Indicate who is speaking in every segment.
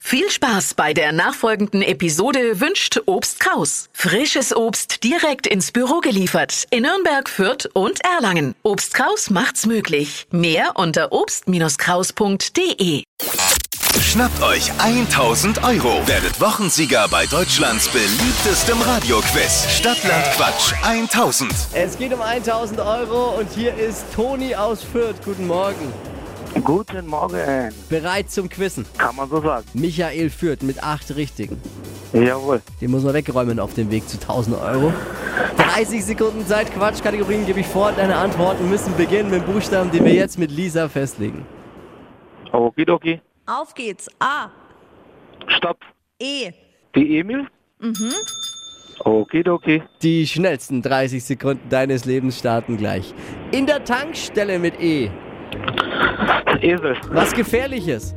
Speaker 1: Viel Spaß bei der nachfolgenden Episode wünscht Obst Kraus. Frisches Obst direkt ins Büro geliefert in Nürnberg, Fürth und Erlangen. Obst Kraus macht's möglich. Mehr unter obst-kraus.de.
Speaker 2: Schnappt euch 1000 Euro. Werdet Wochensieger bei Deutschlands beliebtestem Radioquiz. Stadtland Quatsch 1000.
Speaker 3: Es geht um 1000 Euro und hier ist Toni aus Fürth. Guten Morgen.
Speaker 4: Guten Morgen,
Speaker 3: Bereit zum Quissen.
Speaker 4: kann man so sagen.
Speaker 3: Michael Fürth mit acht Richtigen.
Speaker 4: Jawohl.
Speaker 3: Den muss man wegräumen auf dem Weg zu 1000 Euro. 30 Sekunden Zeit, Quatschkategorien gebe ich vor. Deine Antworten müssen beginnen mit Buchstaben, die wir jetzt mit Lisa festlegen.
Speaker 4: Okidoki.
Speaker 5: Auf geht's. A,
Speaker 4: Stopp.
Speaker 5: E.
Speaker 4: Die Emil? Mhm. Okidoki.
Speaker 3: Die schnellsten 30 Sekunden deines Lebens starten gleich. In der Tankstelle mit E.
Speaker 4: Esel.
Speaker 3: Was Gefährliches.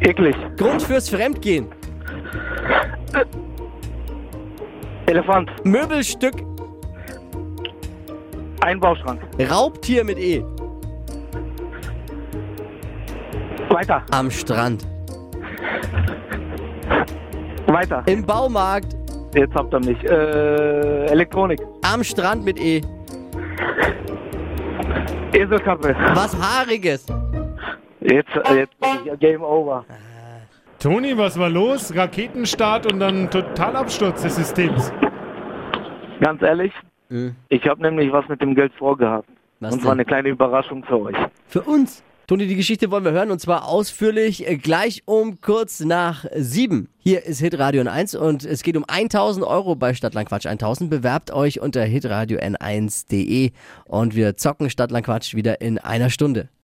Speaker 4: Eklig.
Speaker 3: Grund fürs Fremdgehen.
Speaker 4: Elefant.
Speaker 3: Möbelstück.
Speaker 4: Einbauschrank.
Speaker 3: Raubtier mit E.
Speaker 4: Weiter.
Speaker 3: Am Strand.
Speaker 4: Weiter.
Speaker 3: Im Baumarkt.
Speaker 4: Jetzt habt ihr mich. Äh, Elektronik.
Speaker 3: Am Strand mit E.
Speaker 4: Eselkappe.
Speaker 3: Was Haariges.
Speaker 4: Jetzt, äh, jetzt bin ich Game Over.
Speaker 6: Toni, was war los? Raketenstart und dann Totalabsturz des Systems.
Speaker 4: Ganz ehrlich,
Speaker 3: Mhm.
Speaker 4: ich habe nämlich was mit dem Geld vorgehabt.
Speaker 3: Was
Speaker 4: und zwar
Speaker 3: denn?
Speaker 4: eine kleine Überraschung für euch.
Speaker 3: Für uns. Toni, die Geschichte wollen wir hören und zwar ausführlich äh, gleich um kurz nach sieben. Hier ist Hitradio N1 und es geht um 1000 Euro bei Stadtlandquatsch 1000. Bewerbt euch unter hitradio n1.de und wir zocken Stadtlandquatsch wieder in einer Stunde.